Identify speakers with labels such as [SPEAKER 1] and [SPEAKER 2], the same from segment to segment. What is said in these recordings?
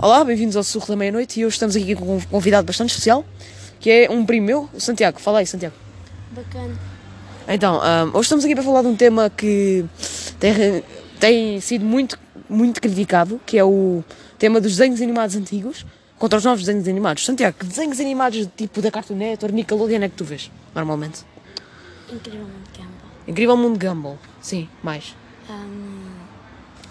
[SPEAKER 1] Olá, bem-vindos ao Surro da Meia-Noite e hoje estamos aqui com um convidado bastante especial, que é um primo meu, o Santiago. Fala aí, Santiago.
[SPEAKER 2] Bacana.
[SPEAKER 1] Então, ahm, hoje estamos aqui para falar de um tema que tem, re- tem sido muito, muito criticado, que é o tema dos desenhos animados antigos contra os novos desenhos animados. Santiago, que desenhos animados tipo da Cartoon Network, Nickelodeon é que tu vês, normalmente?
[SPEAKER 2] Incrivelmente Campbell.
[SPEAKER 1] Incrível Mundo de Gumball. Sim, mais.
[SPEAKER 2] Um,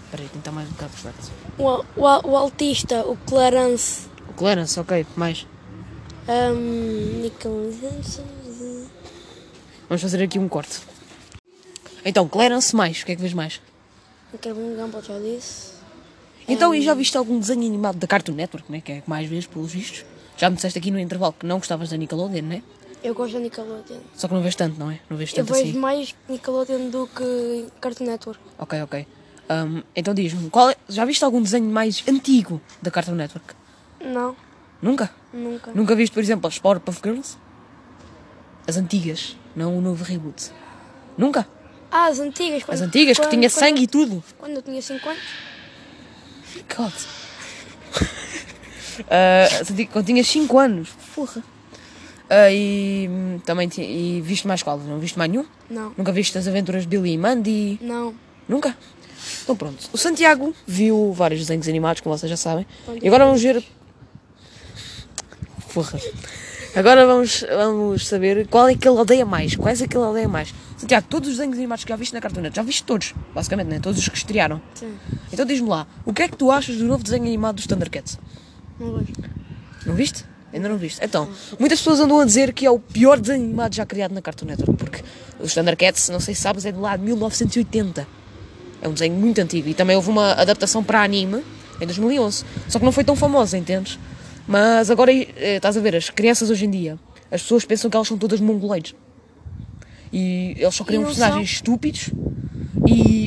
[SPEAKER 1] Espera aí, tentar mais um bocado perto.
[SPEAKER 2] o, al- o, al- o Altista, o Clarence,
[SPEAKER 1] O Clarence, ok, mais.
[SPEAKER 2] um, Nicholas.
[SPEAKER 1] Vamos fazer aqui um corte. Então, Clarence mais, o que é que vês mais?
[SPEAKER 2] Incrivelmente Campbell, já disse.
[SPEAKER 1] Então, e já viste algum desenho animado da Cartoon Network, né? que é que mais vês, pelos vistos? Já me disseste aqui no intervalo que não gostavas da Nickelodeon, né?
[SPEAKER 2] Eu gosto da Nickelodeon.
[SPEAKER 1] Só que não vês tanto, não é? Não vês
[SPEAKER 2] Eu
[SPEAKER 1] tanto
[SPEAKER 2] vejo
[SPEAKER 1] assim.
[SPEAKER 2] mais Nickelodeon do que Cartoon Network.
[SPEAKER 1] Ok, ok. Ahm, então diz-me, qual é- já viste algum desenho mais antigo da Cartoon Network?
[SPEAKER 2] Não,
[SPEAKER 1] Nunca?
[SPEAKER 2] nunca.
[SPEAKER 1] Nunca viste, por exemplo, as Powerpuff Girls? As antigas, não o novo reboot. Nunca?
[SPEAKER 2] Ah, as antigas. Quando,
[SPEAKER 1] As antigas, que
[SPEAKER 2] quando-
[SPEAKER 1] tinha
[SPEAKER 2] quando-
[SPEAKER 1] sangue e tudo.
[SPEAKER 2] Quando eu tinha 5 anos.
[SPEAKER 1] God. Ah, senti- quando tinhas 5 anos. Porra. Ah, e hum, também ti- e viste mais qual? Não viste mais nenhum?
[SPEAKER 2] Não,
[SPEAKER 1] Nunca viste as aventuras de Billy e Mandy?
[SPEAKER 2] não.
[SPEAKER 1] Nunca? Então pronto. O Santiago viu vários desenhos animados, como vocês já sabem. E agora vamos ver. Porra. Agora vamos, vamos saber qual é que ele odeia mais. Quais é que ele odeia mais? Santiago, todos os desenhos animados que já viste na Cartoon Network, já viste todos, basicamente, né? Todos os que estrearam.
[SPEAKER 2] Sim,
[SPEAKER 1] Então diz-me lá, o que é que tu achas do novo desenho animado dos Thundercats?
[SPEAKER 2] não gosto.
[SPEAKER 1] Não viste? Ainda não viste. Então, muitas pessoas andam a dizer que é o pior desenho animado já criado na Cartoon Network, porque os Thundercats, não sei se sabes, é de lá de 1980. É um desenho muito antigo. E também houve uma adaptação para anime em 2011. Só que não foi tão famosa, entendes? Mas agora, eh, estás a ver, as crianças hoje em dia, as pessoas pensam que elas são todas mongoloides. E eles só criam
[SPEAKER 2] não
[SPEAKER 1] personagens estúpidos e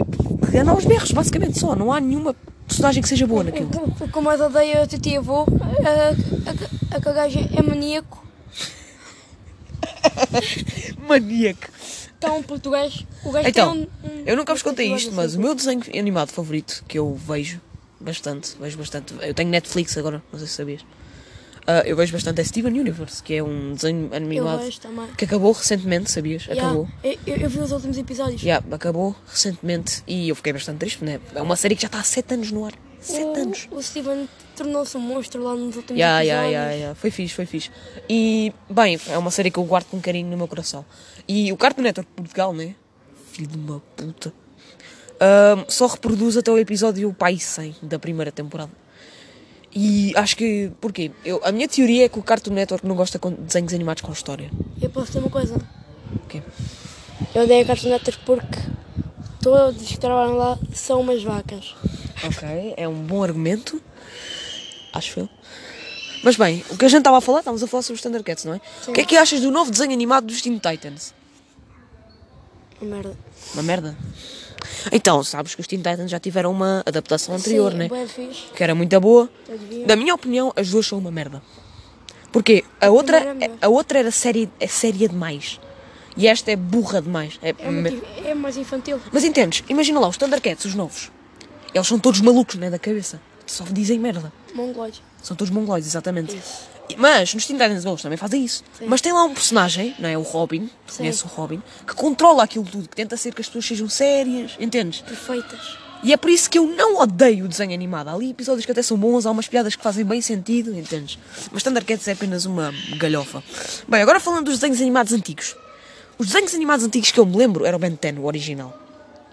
[SPEAKER 1] que andam aos berros, basicamente só. Não há nenhuma personagem que seja boa naquilo.
[SPEAKER 2] O, o que eu mais odeio é o tio e avô. A, a, a, a gaja é maníaco.
[SPEAKER 1] Maníaco.
[SPEAKER 2] Então, português. O gajo tem
[SPEAKER 1] Então,
[SPEAKER 2] um, um-
[SPEAKER 1] eu nunca vos
[SPEAKER 2] um
[SPEAKER 1] contei
[SPEAKER 2] festival
[SPEAKER 1] isto,
[SPEAKER 2] assim.
[SPEAKER 1] mas o meu desenho animado favorito, que eu vejo bastante, vejo bastante, eu tenho Netflix agora, não sei se sabias, Ah, eu vejo bastante é Steven Universe, que é um desenho animado
[SPEAKER 2] vejo também.
[SPEAKER 1] que acabou recentemente, sabias?
[SPEAKER 2] Yeah,
[SPEAKER 1] Acabou.
[SPEAKER 2] Eu, eu- eu vi os últimos episódios.
[SPEAKER 1] Yeah, acabou recentemente e eu fiquei bastante triste, né? É uma série que já está há 7 anos no ar. 7
[SPEAKER 2] o,
[SPEAKER 1] anos.
[SPEAKER 2] O Steven tornou-se um monstro lá nos últimos
[SPEAKER 1] Ya,
[SPEAKER 2] episódios.
[SPEAKER 1] ya, ya, ya. Foi fixe, foi fixe. E, bem, é uma série que eu guardo com carinho no meu coração. E o Cartoon Network de Portugal, né? Filho de uma puta. Ahm, só reproduz até o episódio Pai 100 da primeira temporada. E acho que. Porquê? Eu, a minha teoria é que o Cartoon Network não gosta de desenhos animados com história.
[SPEAKER 2] Eu posso dizer uma coisa.
[SPEAKER 1] Ok?
[SPEAKER 2] Eu odeio a Cartoon Network porque todos que trabalham lá são umas vacas.
[SPEAKER 1] Ok, é um bom argumento. Acho eu. Mas bem, o que a gente estava a falar, estávamos a falar sobre os Thundercats, não é? O que é que achas do novo desenho animado dos Teen Titans?
[SPEAKER 2] Uma merda.
[SPEAKER 1] Uma merda. Então, sabes que os Teen Titans já tiveram uma adaptação anterior,
[SPEAKER 2] Sim,
[SPEAKER 1] né?
[SPEAKER 2] bué fixe.
[SPEAKER 1] Que era muito boa.
[SPEAKER 2] Eu devia.
[SPEAKER 1] Da minha opinião, as duas são uma merda. Porque a outra,
[SPEAKER 2] primeira é melhor.
[SPEAKER 1] a outra era séria, é séria demais. E esta é burra demais. É-
[SPEAKER 2] É, muito- é mais infantil.
[SPEAKER 1] Mas entendes? Imagina lá, os Thundercats, os novos. Eles são todos malucos, né? Da cabeça. Só dizem merda.
[SPEAKER 2] Mongolóide.
[SPEAKER 1] São todos mongolóides, exatamente. E- Mas nos Teen Titans Go eles também fazem isso. Mas tem lá um personagem, não é? O Robin, tu conheces o Robin, que controla aquilo tudo, que tenta ser que as pessoas sejam sérias, entendes?
[SPEAKER 2] Perfeitas.
[SPEAKER 1] E é por isso que eu não odeio o desenho animado. Há ali episódios que até são bons, há umas piadas que fazem bem sentido, entendes? Mas Thundercats é apenas uma galhofa. Bem, agora falando dos desenhos animados antigos. Os desenhos animados antigos que eu me lembro era o Ben 10, o original.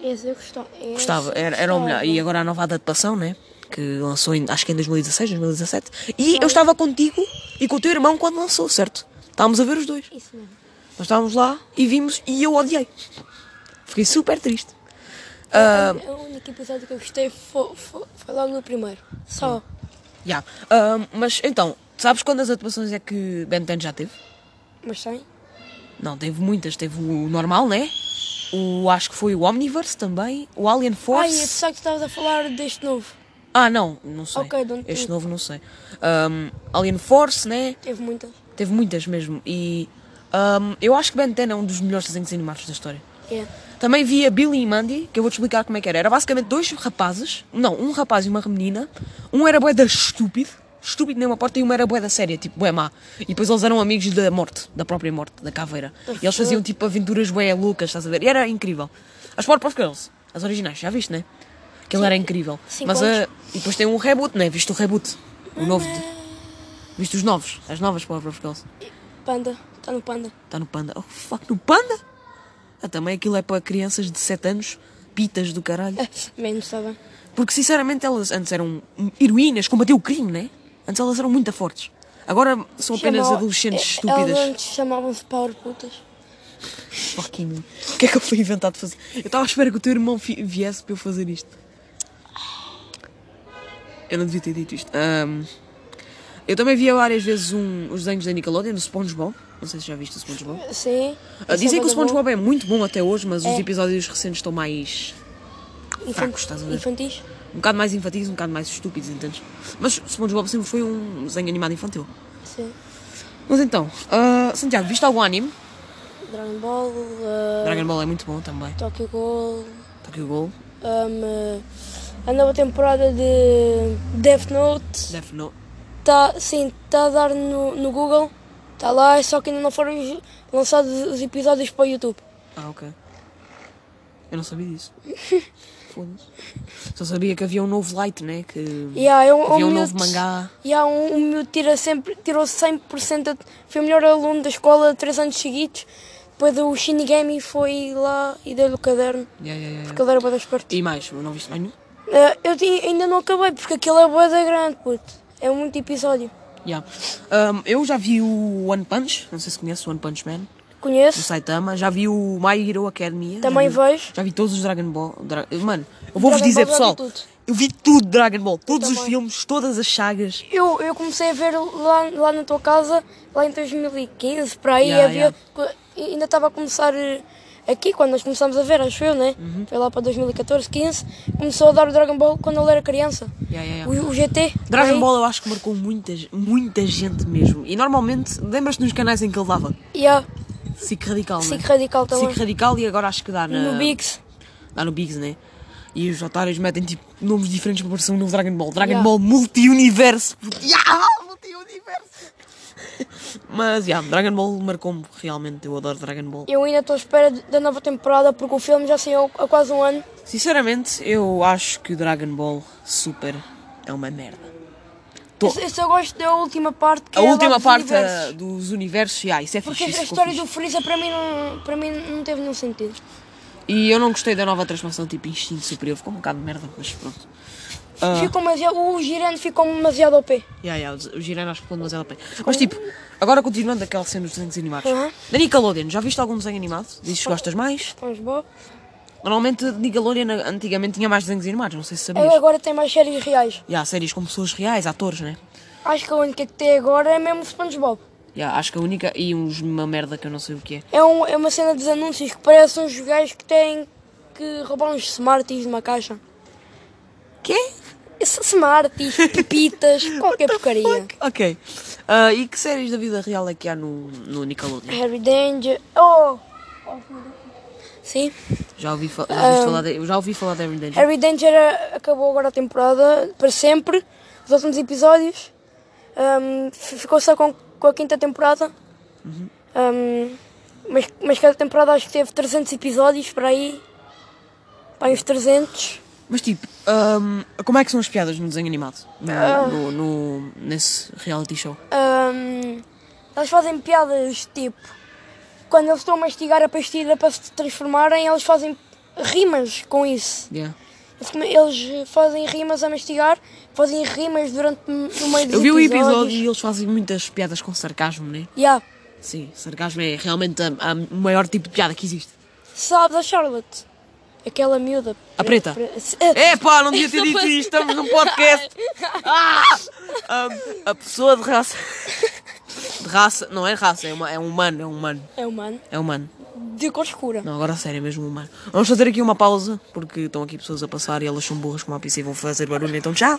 [SPEAKER 2] Esse eu gostava. Esse
[SPEAKER 1] Gostava,
[SPEAKER 2] eu
[SPEAKER 1] era, era o melhor.
[SPEAKER 2] gostava.
[SPEAKER 1] E agora a nova adaptação, né? Que lançou, em, acho que em 2016, 2017. E eu estava contigo e com o teu irmão quando lançou, certo? Estávamos a ver os dois.
[SPEAKER 2] Isso mesmo.
[SPEAKER 1] Nós estávamos lá e vimos e eu odiei. Fiquei super triste.
[SPEAKER 2] É O único episódio que eu gostei foi, foi, foi logo no primeiro.
[SPEAKER 1] Hum.
[SPEAKER 2] Só.
[SPEAKER 1] Já. Ahm, mas então, sabes quantas atuações é que Ben 10 já teve?
[SPEAKER 2] Mas sem.
[SPEAKER 1] Não, teve muitas. Teve o normal, né? O, acho que foi o Omniverse também. O Alien
[SPEAKER 2] Ai,
[SPEAKER 1] Force.
[SPEAKER 2] eu pensava que tu estavas a falar deste novo.
[SPEAKER 1] Ah, não, não sei.
[SPEAKER 2] Ok, don't-
[SPEAKER 1] este novo não sei. Ahm, Alien Force, né?
[SPEAKER 2] Teve muitas.
[SPEAKER 1] Teve muitas mesmo. E ahm, eu acho que Ben 10 é um dos melhores desenhos animados da história.
[SPEAKER 2] É.
[SPEAKER 1] Também via Billy e Mandy, que eu vou-te explicar como é que era. Era basicamente dois rapazes, não, um rapaz e uma menina. Um era boeda estúpido, estúpido nem uma porta, e uma era boeda séria, tipo bué má. E depois eles eram amigos da morte, da própria morte, da caveira. E eles faziam tipo aventuras bué loucas, estás a ver? E era incrível. As Powerpuff Girls, as originais, já viste, né? Aquilo era incrível.
[SPEAKER 2] Cinco
[SPEAKER 1] Mas a...
[SPEAKER 2] anos.
[SPEAKER 1] e depois tem um reboot, né? Viste o reboot? O novo. de- Viste os novos? As novas Powerpuff Girls.
[SPEAKER 2] Panda, está no Panda.
[SPEAKER 1] Está no Panda. Oh, fuck, no Panda? Ah, também aquilo é para crianças de 7 anos, pitas do caralho.
[SPEAKER 2] É, Bem, não está bem.
[SPEAKER 1] Porque, sinceramente, elas antes eram heroínas, combatiam o crime, né? Antes elas eram muito fortes. Agora são apenas
[SPEAKER 2] Chamava-
[SPEAKER 1] adolescentes
[SPEAKER 2] eh,
[SPEAKER 1] estúpidas.
[SPEAKER 2] Elas antes chamavam-se Power Putas.
[SPEAKER 1] Fucking. O que é que eu fui inventado fazer? Eu estava à espera que o teu irmão fi- viesse para eu fazer isto. Eu não devia ter dito isto. Ahm, eu também via várias vezes um- os desenhos da Nickelodeon, do SpongeBob. Não sei se já viste o SpongeBob.
[SPEAKER 2] Sim.
[SPEAKER 1] Ah, Dizem que o
[SPEAKER 2] Essa banda
[SPEAKER 1] SpongeBob é muito bom até hoje, mas os episódios recentes estão mais.
[SPEAKER 2] boa. Infan-
[SPEAKER 1] fracos, estás a ver?
[SPEAKER 2] Infantis.
[SPEAKER 1] um bocado mais infantis, um bocado mais estúpidos, entendes? Mas SpongeBob sempre foi um desenho animado infantil.
[SPEAKER 2] Sim.
[SPEAKER 1] Mas então, ah, Santiago, viste algum anime?
[SPEAKER 2] Dragon Ball, ah,
[SPEAKER 1] Dragon Ball é muito bom também.
[SPEAKER 2] Tokyo Ghoul.
[SPEAKER 1] Tokyo Ghoul,
[SPEAKER 2] Um, a nova temporada de Death Note
[SPEAKER 1] Death Note.
[SPEAKER 2] está sim, tá a dar no, no Google, está lá, só que ainda não foram os- lançados os episódios para o YouTube.
[SPEAKER 1] Ah, ok. Eu não sabia disso. Foda-se. Só sabia que havia um novo light, né? Que
[SPEAKER 2] E há, é um,
[SPEAKER 1] havia um
[SPEAKER 2] miúdo-
[SPEAKER 1] novo mangá.
[SPEAKER 2] E há um, um miúdo tira sempre, tirou 100%, a- foi o melhor aluno da escola três anos seguidos. Depois o Shinigami foi lá e deu-lhe o caderno,
[SPEAKER 1] Yeah, yeah, yeah, yeah.
[SPEAKER 2] porque ele era boa das partes. Eh,
[SPEAKER 1] E mais, não viste mais nenhum?
[SPEAKER 2] eu tinha- ainda não acabei, porque aquilo é boa da grande, puto. É muito episódio.
[SPEAKER 1] Yeah. Ahm, eu já vi o One Punch, não sei se conhece o One Punch Man. do
[SPEAKER 2] Conheço,
[SPEAKER 1] Saitama, já vi o My Hero Academia.
[SPEAKER 2] Também
[SPEAKER 1] já vi,
[SPEAKER 2] vejo.
[SPEAKER 1] Já vi todos os Dragon Ball. Dra- Mano, eu vou-vos
[SPEAKER 2] Dragon
[SPEAKER 1] dizer,
[SPEAKER 2] Ball já
[SPEAKER 1] pessoal.
[SPEAKER 2] vi tudo.
[SPEAKER 1] Eu vi tudo de Dragon Ball. Todos os
[SPEAKER 2] também.
[SPEAKER 1] filmes, todas as sagas.
[SPEAKER 2] Eu, eu comecei a ver lá, lá na tua casa, lá em 2015, para aí
[SPEAKER 1] Yeah,
[SPEAKER 2] havia. Ainda estava a começar eh, aqui, quando nós começámos a ver, acho eu, né?
[SPEAKER 1] Uhum.
[SPEAKER 2] Foi lá para 2014, 15. Começou a dar o Dragon Ball quando ele era criança.
[SPEAKER 1] Yeah, yeah, yeah.
[SPEAKER 2] O, o GT.
[SPEAKER 1] É. Dragon
[SPEAKER 2] aí.
[SPEAKER 1] Ball eu acho que marcou muita, ge- muita gente mesmo. E normalmente, lembras-te dos canais em que ele dava?
[SPEAKER 2] Yeah,
[SPEAKER 1] Psique Radical, né?
[SPEAKER 2] Psique Radical também.
[SPEAKER 1] Psique Radical e agora acho que dá na...
[SPEAKER 2] no Biggs.
[SPEAKER 1] Dá no Biggs, né? E os otários metem tipo nomes diferentes para parecer um novo Dragon Ball. Dragon
[SPEAKER 2] Yeah.
[SPEAKER 1] Ball Multi-Universo. puto. Yeah, Multi-Universo. Mas, yeah, Dragon Ball marcou-me realmente. Eu adoro Dragon Ball.
[SPEAKER 2] Eu ainda estou à espera de- da nova temporada, porque o filme já saiu há quase um ano.
[SPEAKER 1] Sinceramente, eu acho que o Dragon Ball Super é uma merda. Tô-
[SPEAKER 2] Eu, eu só gosto da última parte. Que
[SPEAKER 1] A
[SPEAKER 2] é lá
[SPEAKER 1] última
[SPEAKER 2] dos
[SPEAKER 1] parte
[SPEAKER 2] universos.
[SPEAKER 1] ah, dos universos, yeah, isso é
[SPEAKER 2] Porque
[SPEAKER 1] fixe.
[SPEAKER 2] a
[SPEAKER 1] isso ficou
[SPEAKER 2] história
[SPEAKER 1] fixe.
[SPEAKER 2] do Freeza para mim, não, para mim não teve nenhum sentido.
[SPEAKER 1] E eu não gostei da nova transformação tipo Instinto Superior, ficou um bocado de merda, mas pronto. Ah.
[SPEAKER 2] Ficou demasiado, o Girando ficou demasiado OP.
[SPEAKER 1] Yeah, yeah, o Girano acho que foi demasiado bem. Mas tipo, agora continuando aquela cena dos desenhos animados.
[SPEAKER 2] Uhum.
[SPEAKER 1] Da Nickelodeon, já viste algum desenho animado? Dizes que gostas mais?
[SPEAKER 2] SpongeBob.
[SPEAKER 1] Normalmente Nickelodeon antigamente tinha mais desenhos animados, não sei se sabias.
[SPEAKER 2] Ele agora tem mais séries reais.
[SPEAKER 1] E há séries com pessoas reais, atores, né?
[SPEAKER 2] Acho que a única que tem agora é mesmo SpongeBob.
[SPEAKER 1] Yeah, acho que a única. E uns, uma merda que eu não sei o que é.
[SPEAKER 2] É, um, é uma cena dos anúncios que parece uns gajos que têm que roubar uns Smarties de uma caixa.
[SPEAKER 1] Quê?
[SPEAKER 2] Esse Smarties, pepitas, qualquer porcaria.
[SPEAKER 1] Ok. Ah, e que séries da vida real é que há no, no Nickelodeon?
[SPEAKER 2] Harry Danger. Oh! Sim.
[SPEAKER 1] Já ouvi, fa- já ouviste falar de, eu já ouvi falar de Every Danger.
[SPEAKER 2] Harry Danger eh, acabou agora a temporada para sempre. Os últimos episódios. Ahm, f- ficou só com, com a quinta temporada. Ahm, mas, mas cada temporada acho que teve 300 episódios para aí. Para aí uns 300.
[SPEAKER 1] Mas tipo, ahm, como é que são as piadas no desenho animado? No, no, no- nesse reality show?
[SPEAKER 2] Ahm, elas fazem piadas tipo. Quando eles estão a mastigar a pastilha para se transformarem, eles fazem rimas com isso.
[SPEAKER 1] Yeah.
[SPEAKER 2] Eles fazem rimas a mastigar, fazem rimas durante no meio dos
[SPEAKER 1] Eu vi o episódio
[SPEAKER 2] episódios.
[SPEAKER 1] e eles fazem muitas piadas com sarcasmo, né?
[SPEAKER 2] Yeah.
[SPEAKER 1] Sim, sarcasmo é realmente a- a- o maior tipo de piada que existe.
[SPEAKER 2] Sabes a Charlotte? Aquela miúda.
[SPEAKER 1] A preta?
[SPEAKER 2] É.
[SPEAKER 1] É pá, não devia ter dito isto, estamos num podcast. Ah! Ahm, a pessoa de raça. De raça, não é raça, é, uma, é um humano, é um humano.
[SPEAKER 2] É humano.
[SPEAKER 1] É humano.
[SPEAKER 2] De cor escura.
[SPEAKER 1] Não, agora a sério, é mesmo humano. Vamos fazer aqui uma pausa, porque estão aqui pessoas a passar e elas são burras como a PC e vão fazer barulho, então tchau.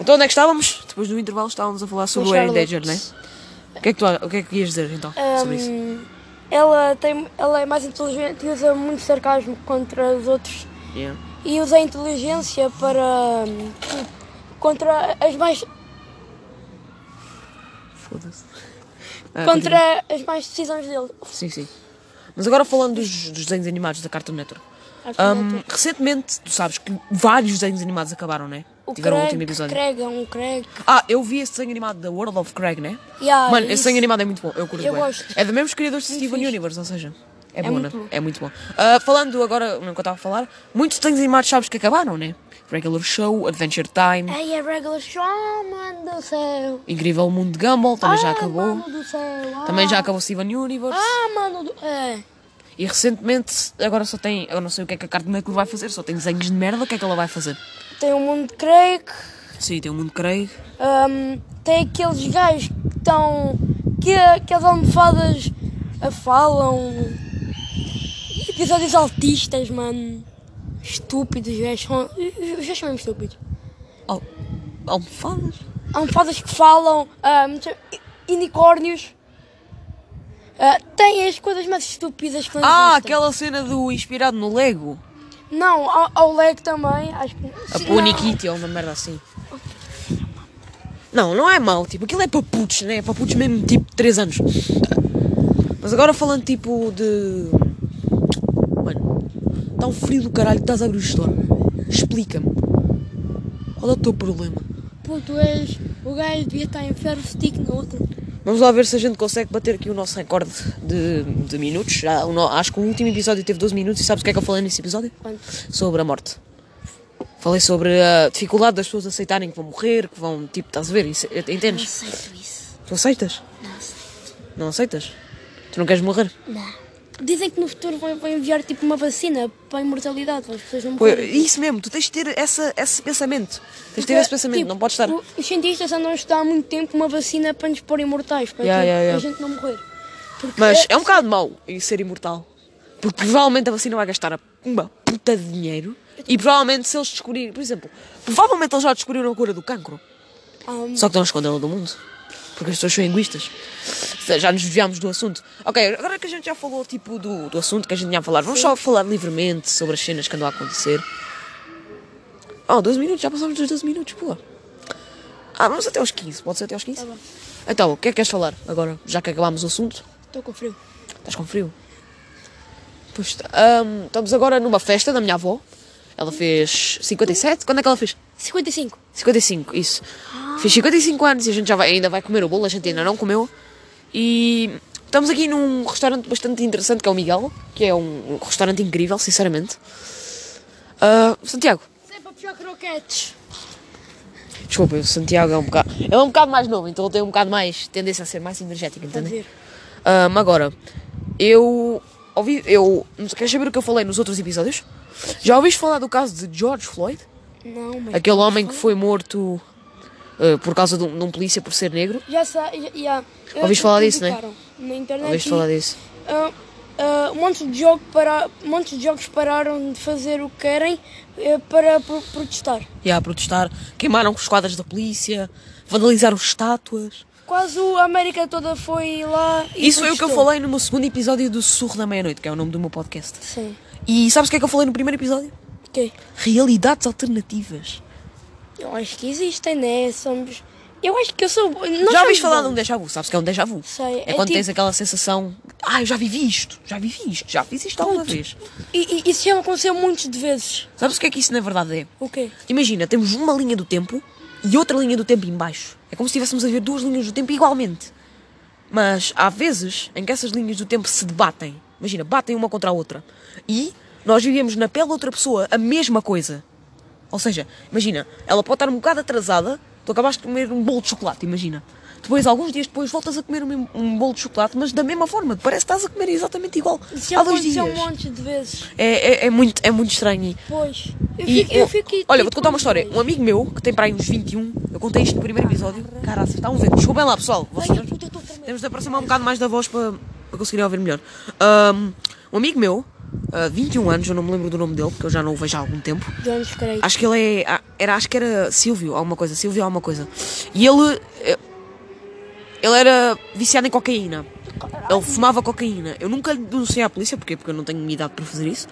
[SPEAKER 1] Então onde é que estávamos? Depois do intervalo estávamos a falar sobre o
[SPEAKER 2] Com
[SPEAKER 1] Harry
[SPEAKER 2] Charlotte.
[SPEAKER 1] Danger, não é? O que é que, tu, o que é que ias dizer então sobre isso?
[SPEAKER 2] Hum, ela, tem, ela é mais inteligente e usa muito sarcasmo contra os outros.
[SPEAKER 1] Yeah.
[SPEAKER 2] E usa a inteligência para. hum, contra as mais.
[SPEAKER 1] Foda-se. Ah, continua.
[SPEAKER 2] contra as mais decisões dele.
[SPEAKER 1] Sim, sim. Mas agora falando dos, dos desenhos animados da Cartoon Network.
[SPEAKER 2] Cartoon
[SPEAKER 1] Hum,
[SPEAKER 2] Network.
[SPEAKER 1] recentemente, tu sabes que vários desenhos animados acabaram, né?
[SPEAKER 2] O
[SPEAKER 1] Tiveram o
[SPEAKER 2] Craig,
[SPEAKER 1] último episódio.
[SPEAKER 2] Craig, é um Craig.
[SPEAKER 1] Ah, eu vi esse desenho animado da World of Craig, né?
[SPEAKER 2] Yeah,
[SPEAKER 1] Mano, esse
[SPEAKER 2] isso.
[SPEAKER 1] desenho animado é muito bom, eu curto
[SPEAKER 2] Eu
[SPEAKER 1] bué.
[SPEAKER 2] gosto.
[SPEAKER 1] É do mesmo criador de Steven
[SPEAKER 2] fixe.
[SPEAKER 1] Universe, ou seja, é, bom,
[SPEAKER 2] muito
[SPEAKER 1] né?
[SPEAKER 2] bom.
[SPEAKER 1] É muito bom. Ah, falando agora, no que eu estava a falar, muitos desenhos animados sabes que acabaram, né? Regular Show, Adventure Time,
[SPEAKER 2] Ai, é regular show, mano do céu.
[SPEAKER 1] Incrível Mundo de Gumball, também já
[SPEAKER 2] Ai,
[SPEAKER 1] acabou.
[SPEAKER 2] Ah, Mano do céu. ah.
[SPEAKER 1] Também já acabou Steven Universe.
[SPEAKER 2] Ah, mano do. É.
[SPEAKER 1] E recentemente, agora só tem. Eu não sei o que é que a Cartoon Network vai fazer, só tem desenhos de merda, o que é que ela vai fazer?
[SPEAKER 2] Tem o mundo de Craig.
[SPEAKER 1] Sim, tem o Mundo Craig.
[SPEAKER 2] hum, tem aqueles gajos que estão. Que, que as almofadas ah, falam. Episódios autistas, mano. Estúpidos, gajos. são- Os gajos são mesmo estúpidos.
[SPEAKER 1] Al- Almofadas?
[SPEAKER 2] almofadas que falam, ahm, unicórnios. Ah, tem as coisas mais estúpidas que não
[SPEAKER 1] Ah,
[SPEAKER 2] existem.
[SPEAKER 1] aquela cena do inspirado no Lego.
[SPEAKER 2] Não, ao, ao Lego também. Acho que...
[SPEAKER 1] A
[SPEAKER 2] Sim,
[SPEAKER 1] Pony
[SPEAKER 2] não.
[SPEAKER 1] Kitty ou uma merda assim. Não, não é mau, tipo, aquilo é para putos, né? Para putos mesmo, tipo, de 3 anos. Mas agora falando, tipo, de... Mano, está um frio do caralho, estás a abrir o store. Explica-me. Qual é o teu problema?
[SPEAKER 2] Puto, és, o gajo devia estar em ferro stick na outra.
[SPEAKER 1] Vamos lá ver se a gente consegue bater aqui o nosso recorde de, de minutos. Já, o no- acho que o último episódio teve 12 minutos e sabes o que é que eu falei nesse episódio?
[SPEAKER 2] Quanto?
[SPEAKER 1] Sobre a morte. Falei sobre a dificuldade das pessoas aceitarem que vão morrer, que vão, tipo, estás a ver? Isso-
[SPEAKER 3] Não
[SPEAKER 1] Entendes?
[SPEAKER 3] aceito isso.
[SPEAKER 1] Tu aceitas?
[SPEAKER 3] Não aceito.
[SPEAKER 1] Não aceitas? Tu não queres morrer?
[SPEAKER 3] Não. Dizem que no futuro vão, vão enviar tipo uma vacina para a imortalidade, para as pessoas não
[SPEAKER 1] Pô, é
[SPEAKER 3] morrerem.
[SPEAKER 1] Isso mesmo, tu tens de ter essa, esse pensamento. Tens de ter esse pensamento,
[SPEAKER 2] Tipo,
[SPEAKER 1] não podes estar.
[SPEAKER 2] o- Os cientistas andam a estudar há muito tempo uma vacina para nos pôr imortais, para
[SPEAKER 1] Yeah,
[SPEAKER 2] que
[SPEAKER 1] yeah, yeah.
[SPEAKER 2] a gente não morrer. Porque
[SPEAKER 1] Mas
[SPEAKER 2] é-
[SPEAKER 1] é um bocado mau e ser imortal. Porque provavelmente a vacina vai gastar uma puta de dinheiro. E provavelmente se eles descobrirem, por exemplo, provavelmente eles já descobriram a cura do cancro.
[SPEAKER 2] Ahm.
[SPEAKER 1] Só que estão a escondê-la do mundo. Porque as pessoas são egoístas. Se- Já nos desviámos do assunto. Ok, agora que a gente já falou tipo do, do assunto que a gente tinha a falar, vamos só falar livremente sobre as cenas que andam a acontecer. Oh, 12 minutos, já passámos dos 12 minutos, pô. Ah, vamos até aos 15, pode ser até aos 15?
[SPEAKER 2] bom.
[SPEAKER 1] então, o que é que queres falar agora, já que acabámos o assunto?
[SPEAKER 2] Estou com frio.
[SPEAKER 1] Estás com frio? Pois está. Ahm, estamos agora numa festa da minha avó. Ela fez 57? Quando é que ela fez?
[SPEAKER 2] 55.
[SPEAKER 1] 55, isso. Fez 55 anos e a gente já vai, ainda vai comer o bolo, a gente ainda não comeu. E estamos aqui num restaurante bastante interessante que é o Miguel, que é um, um restaurante incrível, sinceramente. Ah, Santiago,
[SPEAKER 2] Sempre é para puxar croquetes.
[SPEAKER 1] desculpa, o Santiago é um bocado. Ele é um bocado mais novo, então ele tem um bocado mais tendência a ser mais energético, entende?
[SPEAKER 2] ver.
[SPEAKER 1] Ahm, agora, eu ouvi. Eu. Queres saber o que eu falei nos outros episódios? Já ouviste falar do caso de George Floyd?
[SPEAKER 2] Não, mas...
[SPEAKER 1] Aquele homem que foi morto ah, por causa de um, de um polícia por ser negro?
[SPEAKER 2] Já sei, já, já. Eu-
[SPEAKER 1] Ouviste falar disso, né?
[SPEAKER 2] publicaram Na internet.
[SPEAKER 1] Ouviste
[SPEAKER 2] e,
[SPEAKER 1] falar disso?
[SPEAKER 2] ah, ah, um monte de, jogo para, um monte de jogos pararam de fazer o que querem eh, para pro- protestar.
[SPEAKER 1] E a protestar, queimaram os quadros da polícia, vandalizaram estátuas.
[SPEAKER 2] Quase a América toda foi lá e
[SPEAKER 1] Isso foi o que eu
[SPEAKER 2] protestou.
[SPEAKER 1] falei no meu segundo episódio do Sussurro da Meia-Noite, que é o nome do meu podcast.
[SPEAKER 2] Sim.
[SPEAKER 1] E sabes o que é que eu falei no primeiro episódio?
[SPEAKER 2] Ok.
[SPEAKER 1] Realidades alternativas.
[SPEAKER 2] Eu acho que existem, né? Somos... Eu acho que eu sou... Nós
[SPEAKER 1] já
[SPEAKER 2] somos
[SPEAKER 1] ouviste falar de um
[SPEAKER 2] bons.
[SPEAKER 1] déjà vu? Sabes o que é um déjà vu?
[SPEAKER 2] Sei,
[SPEAKER 1] É,
[SPEAKER 2] é
[SPEAKER 1] quando
[SPEAKER 2] tipo-
[SPEAKER 1] tens aquela sensação, ah, eu já vivi isto, já vivi isto, já fiz isto alguma vez.
[SPEAKER 2] E, e, isso já aconteceu muitos de vezes.
[SPEAKER 1] Sabes o que é que isso na verdade é?
[SPEAKER 2] O quê?
[SPEAKER 1] Imagina, temos uma linha do tempo e outra linha do tempo embaixo. É como se estivéssemos a ver duas linhas do tempo igualmente. Mas há vezes em que essas linhas do tempo se debatem. Imagina, batem uma contra a outra. E nós vivemos na pele de outra pessoa a mesma coisa. Ou seja, imagina, ela pode estar um bocado atrasada, tu acabaste de comer um bolo de chocolate, imagina. Depois, alguns dias depois, voltas a comer o mesmo- um, bolo de chocolate, mas da mesma forma. Parece que estás a comer exatamente igual.
[SPEAKER 2] Isso é um já
[SPEAKER 1] Há dois dias.
[SPEAKER 2] aconteceu montes de vezes.
[SPEAKER 1] É, é, é muito, é muito estranho.
[SPEAKER 2] Pois. Eu
[SPEAKER 1] E
[SPEAKER 2] fico... Eu,
[SPEAKER 1] eu-
[SPEAKER 2] fico tipo
[SPEAKER 1] olha, vou-te contar uma história. Um amigo meu, que tem para aí uns 21, eu contei isto no primeiro episódio. Caraca, está um vento. Desculpem lá, pessoal. Vocês-
[SPEAKER 2] Ai, puta, eu tô tremendo.
[SPEAKER 1] temos de aproximar um bocado mais da voz para, para conseguirem ouvir melhor. Ahm, um amigo meu, ah, 21 anos, eu não me lembro do nome dele, porque eu já não o vejo há algum tempo.
[SPEAKER 2] Jones Craig.
[SPEAKER 1] Acho que ele é. ah, Era, acho que era Silvio, alguma coisa. Silvio, alguma coisa. E ele. eh, Ele era viciado em cocaína. Ele fumava cocaína. Eu nunca lhe denunciei à polícia, porquê? Porque eu não tenho idade para fazer isso.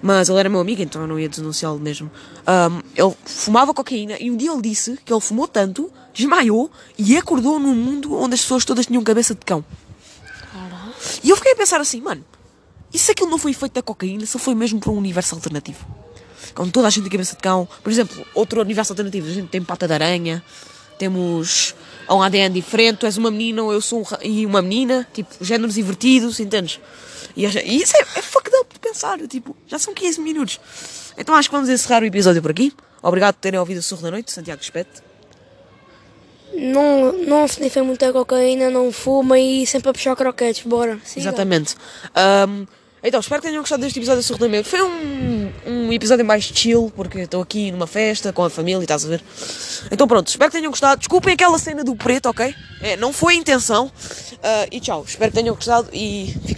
[SPEAKER 1] Mas ele era meu amigo, então eu não ia denunciá-lo mesmo. Ahm, ele fumava cocaína e um dia ele disse que ele fumou tanto, desmaiou e acordou num mundo onde as pessoas todas tinham cabeça de cão. E eu fiquei a pensar assim, mano, e se aquilo não foi feito da cocaína, se foi mesmo para um universo alternativo? Com toda a gente de cabeça de cão. Por exemplo, outro universo alternativo, a gente tem pata de aranha, temos há um ADN diferente, tu és uma menina ou eu sou um ra- e uma menina, tipo, géneros invertidos, entendes? E, acha- e isso é, é fucked up de pensar, tipo, já são 15 minutos. Então acho que vamos encerrar o episódio por aqui. Obrigado por terem ouvido o Surro da Noite, Santiago Espete.
[SPEAKER 2] Não, não sniffem muita cocaína, não fuma e sempre a puxar croquetes, bora. Siga.
[SPEAKER 1] Exatamente. Ahm, então, espero que tenham gostado deste episódio do Surdo da Noite. Foi um, um episódio mais chill, porque estou aqui numa festa com a família, estás a ver? Então pronto, espero que tenham gostado. Desculpem aquela cena do preto, ok? É, não foi a intenção. Ah, e tchau, espero que tenham gostado e fiquem.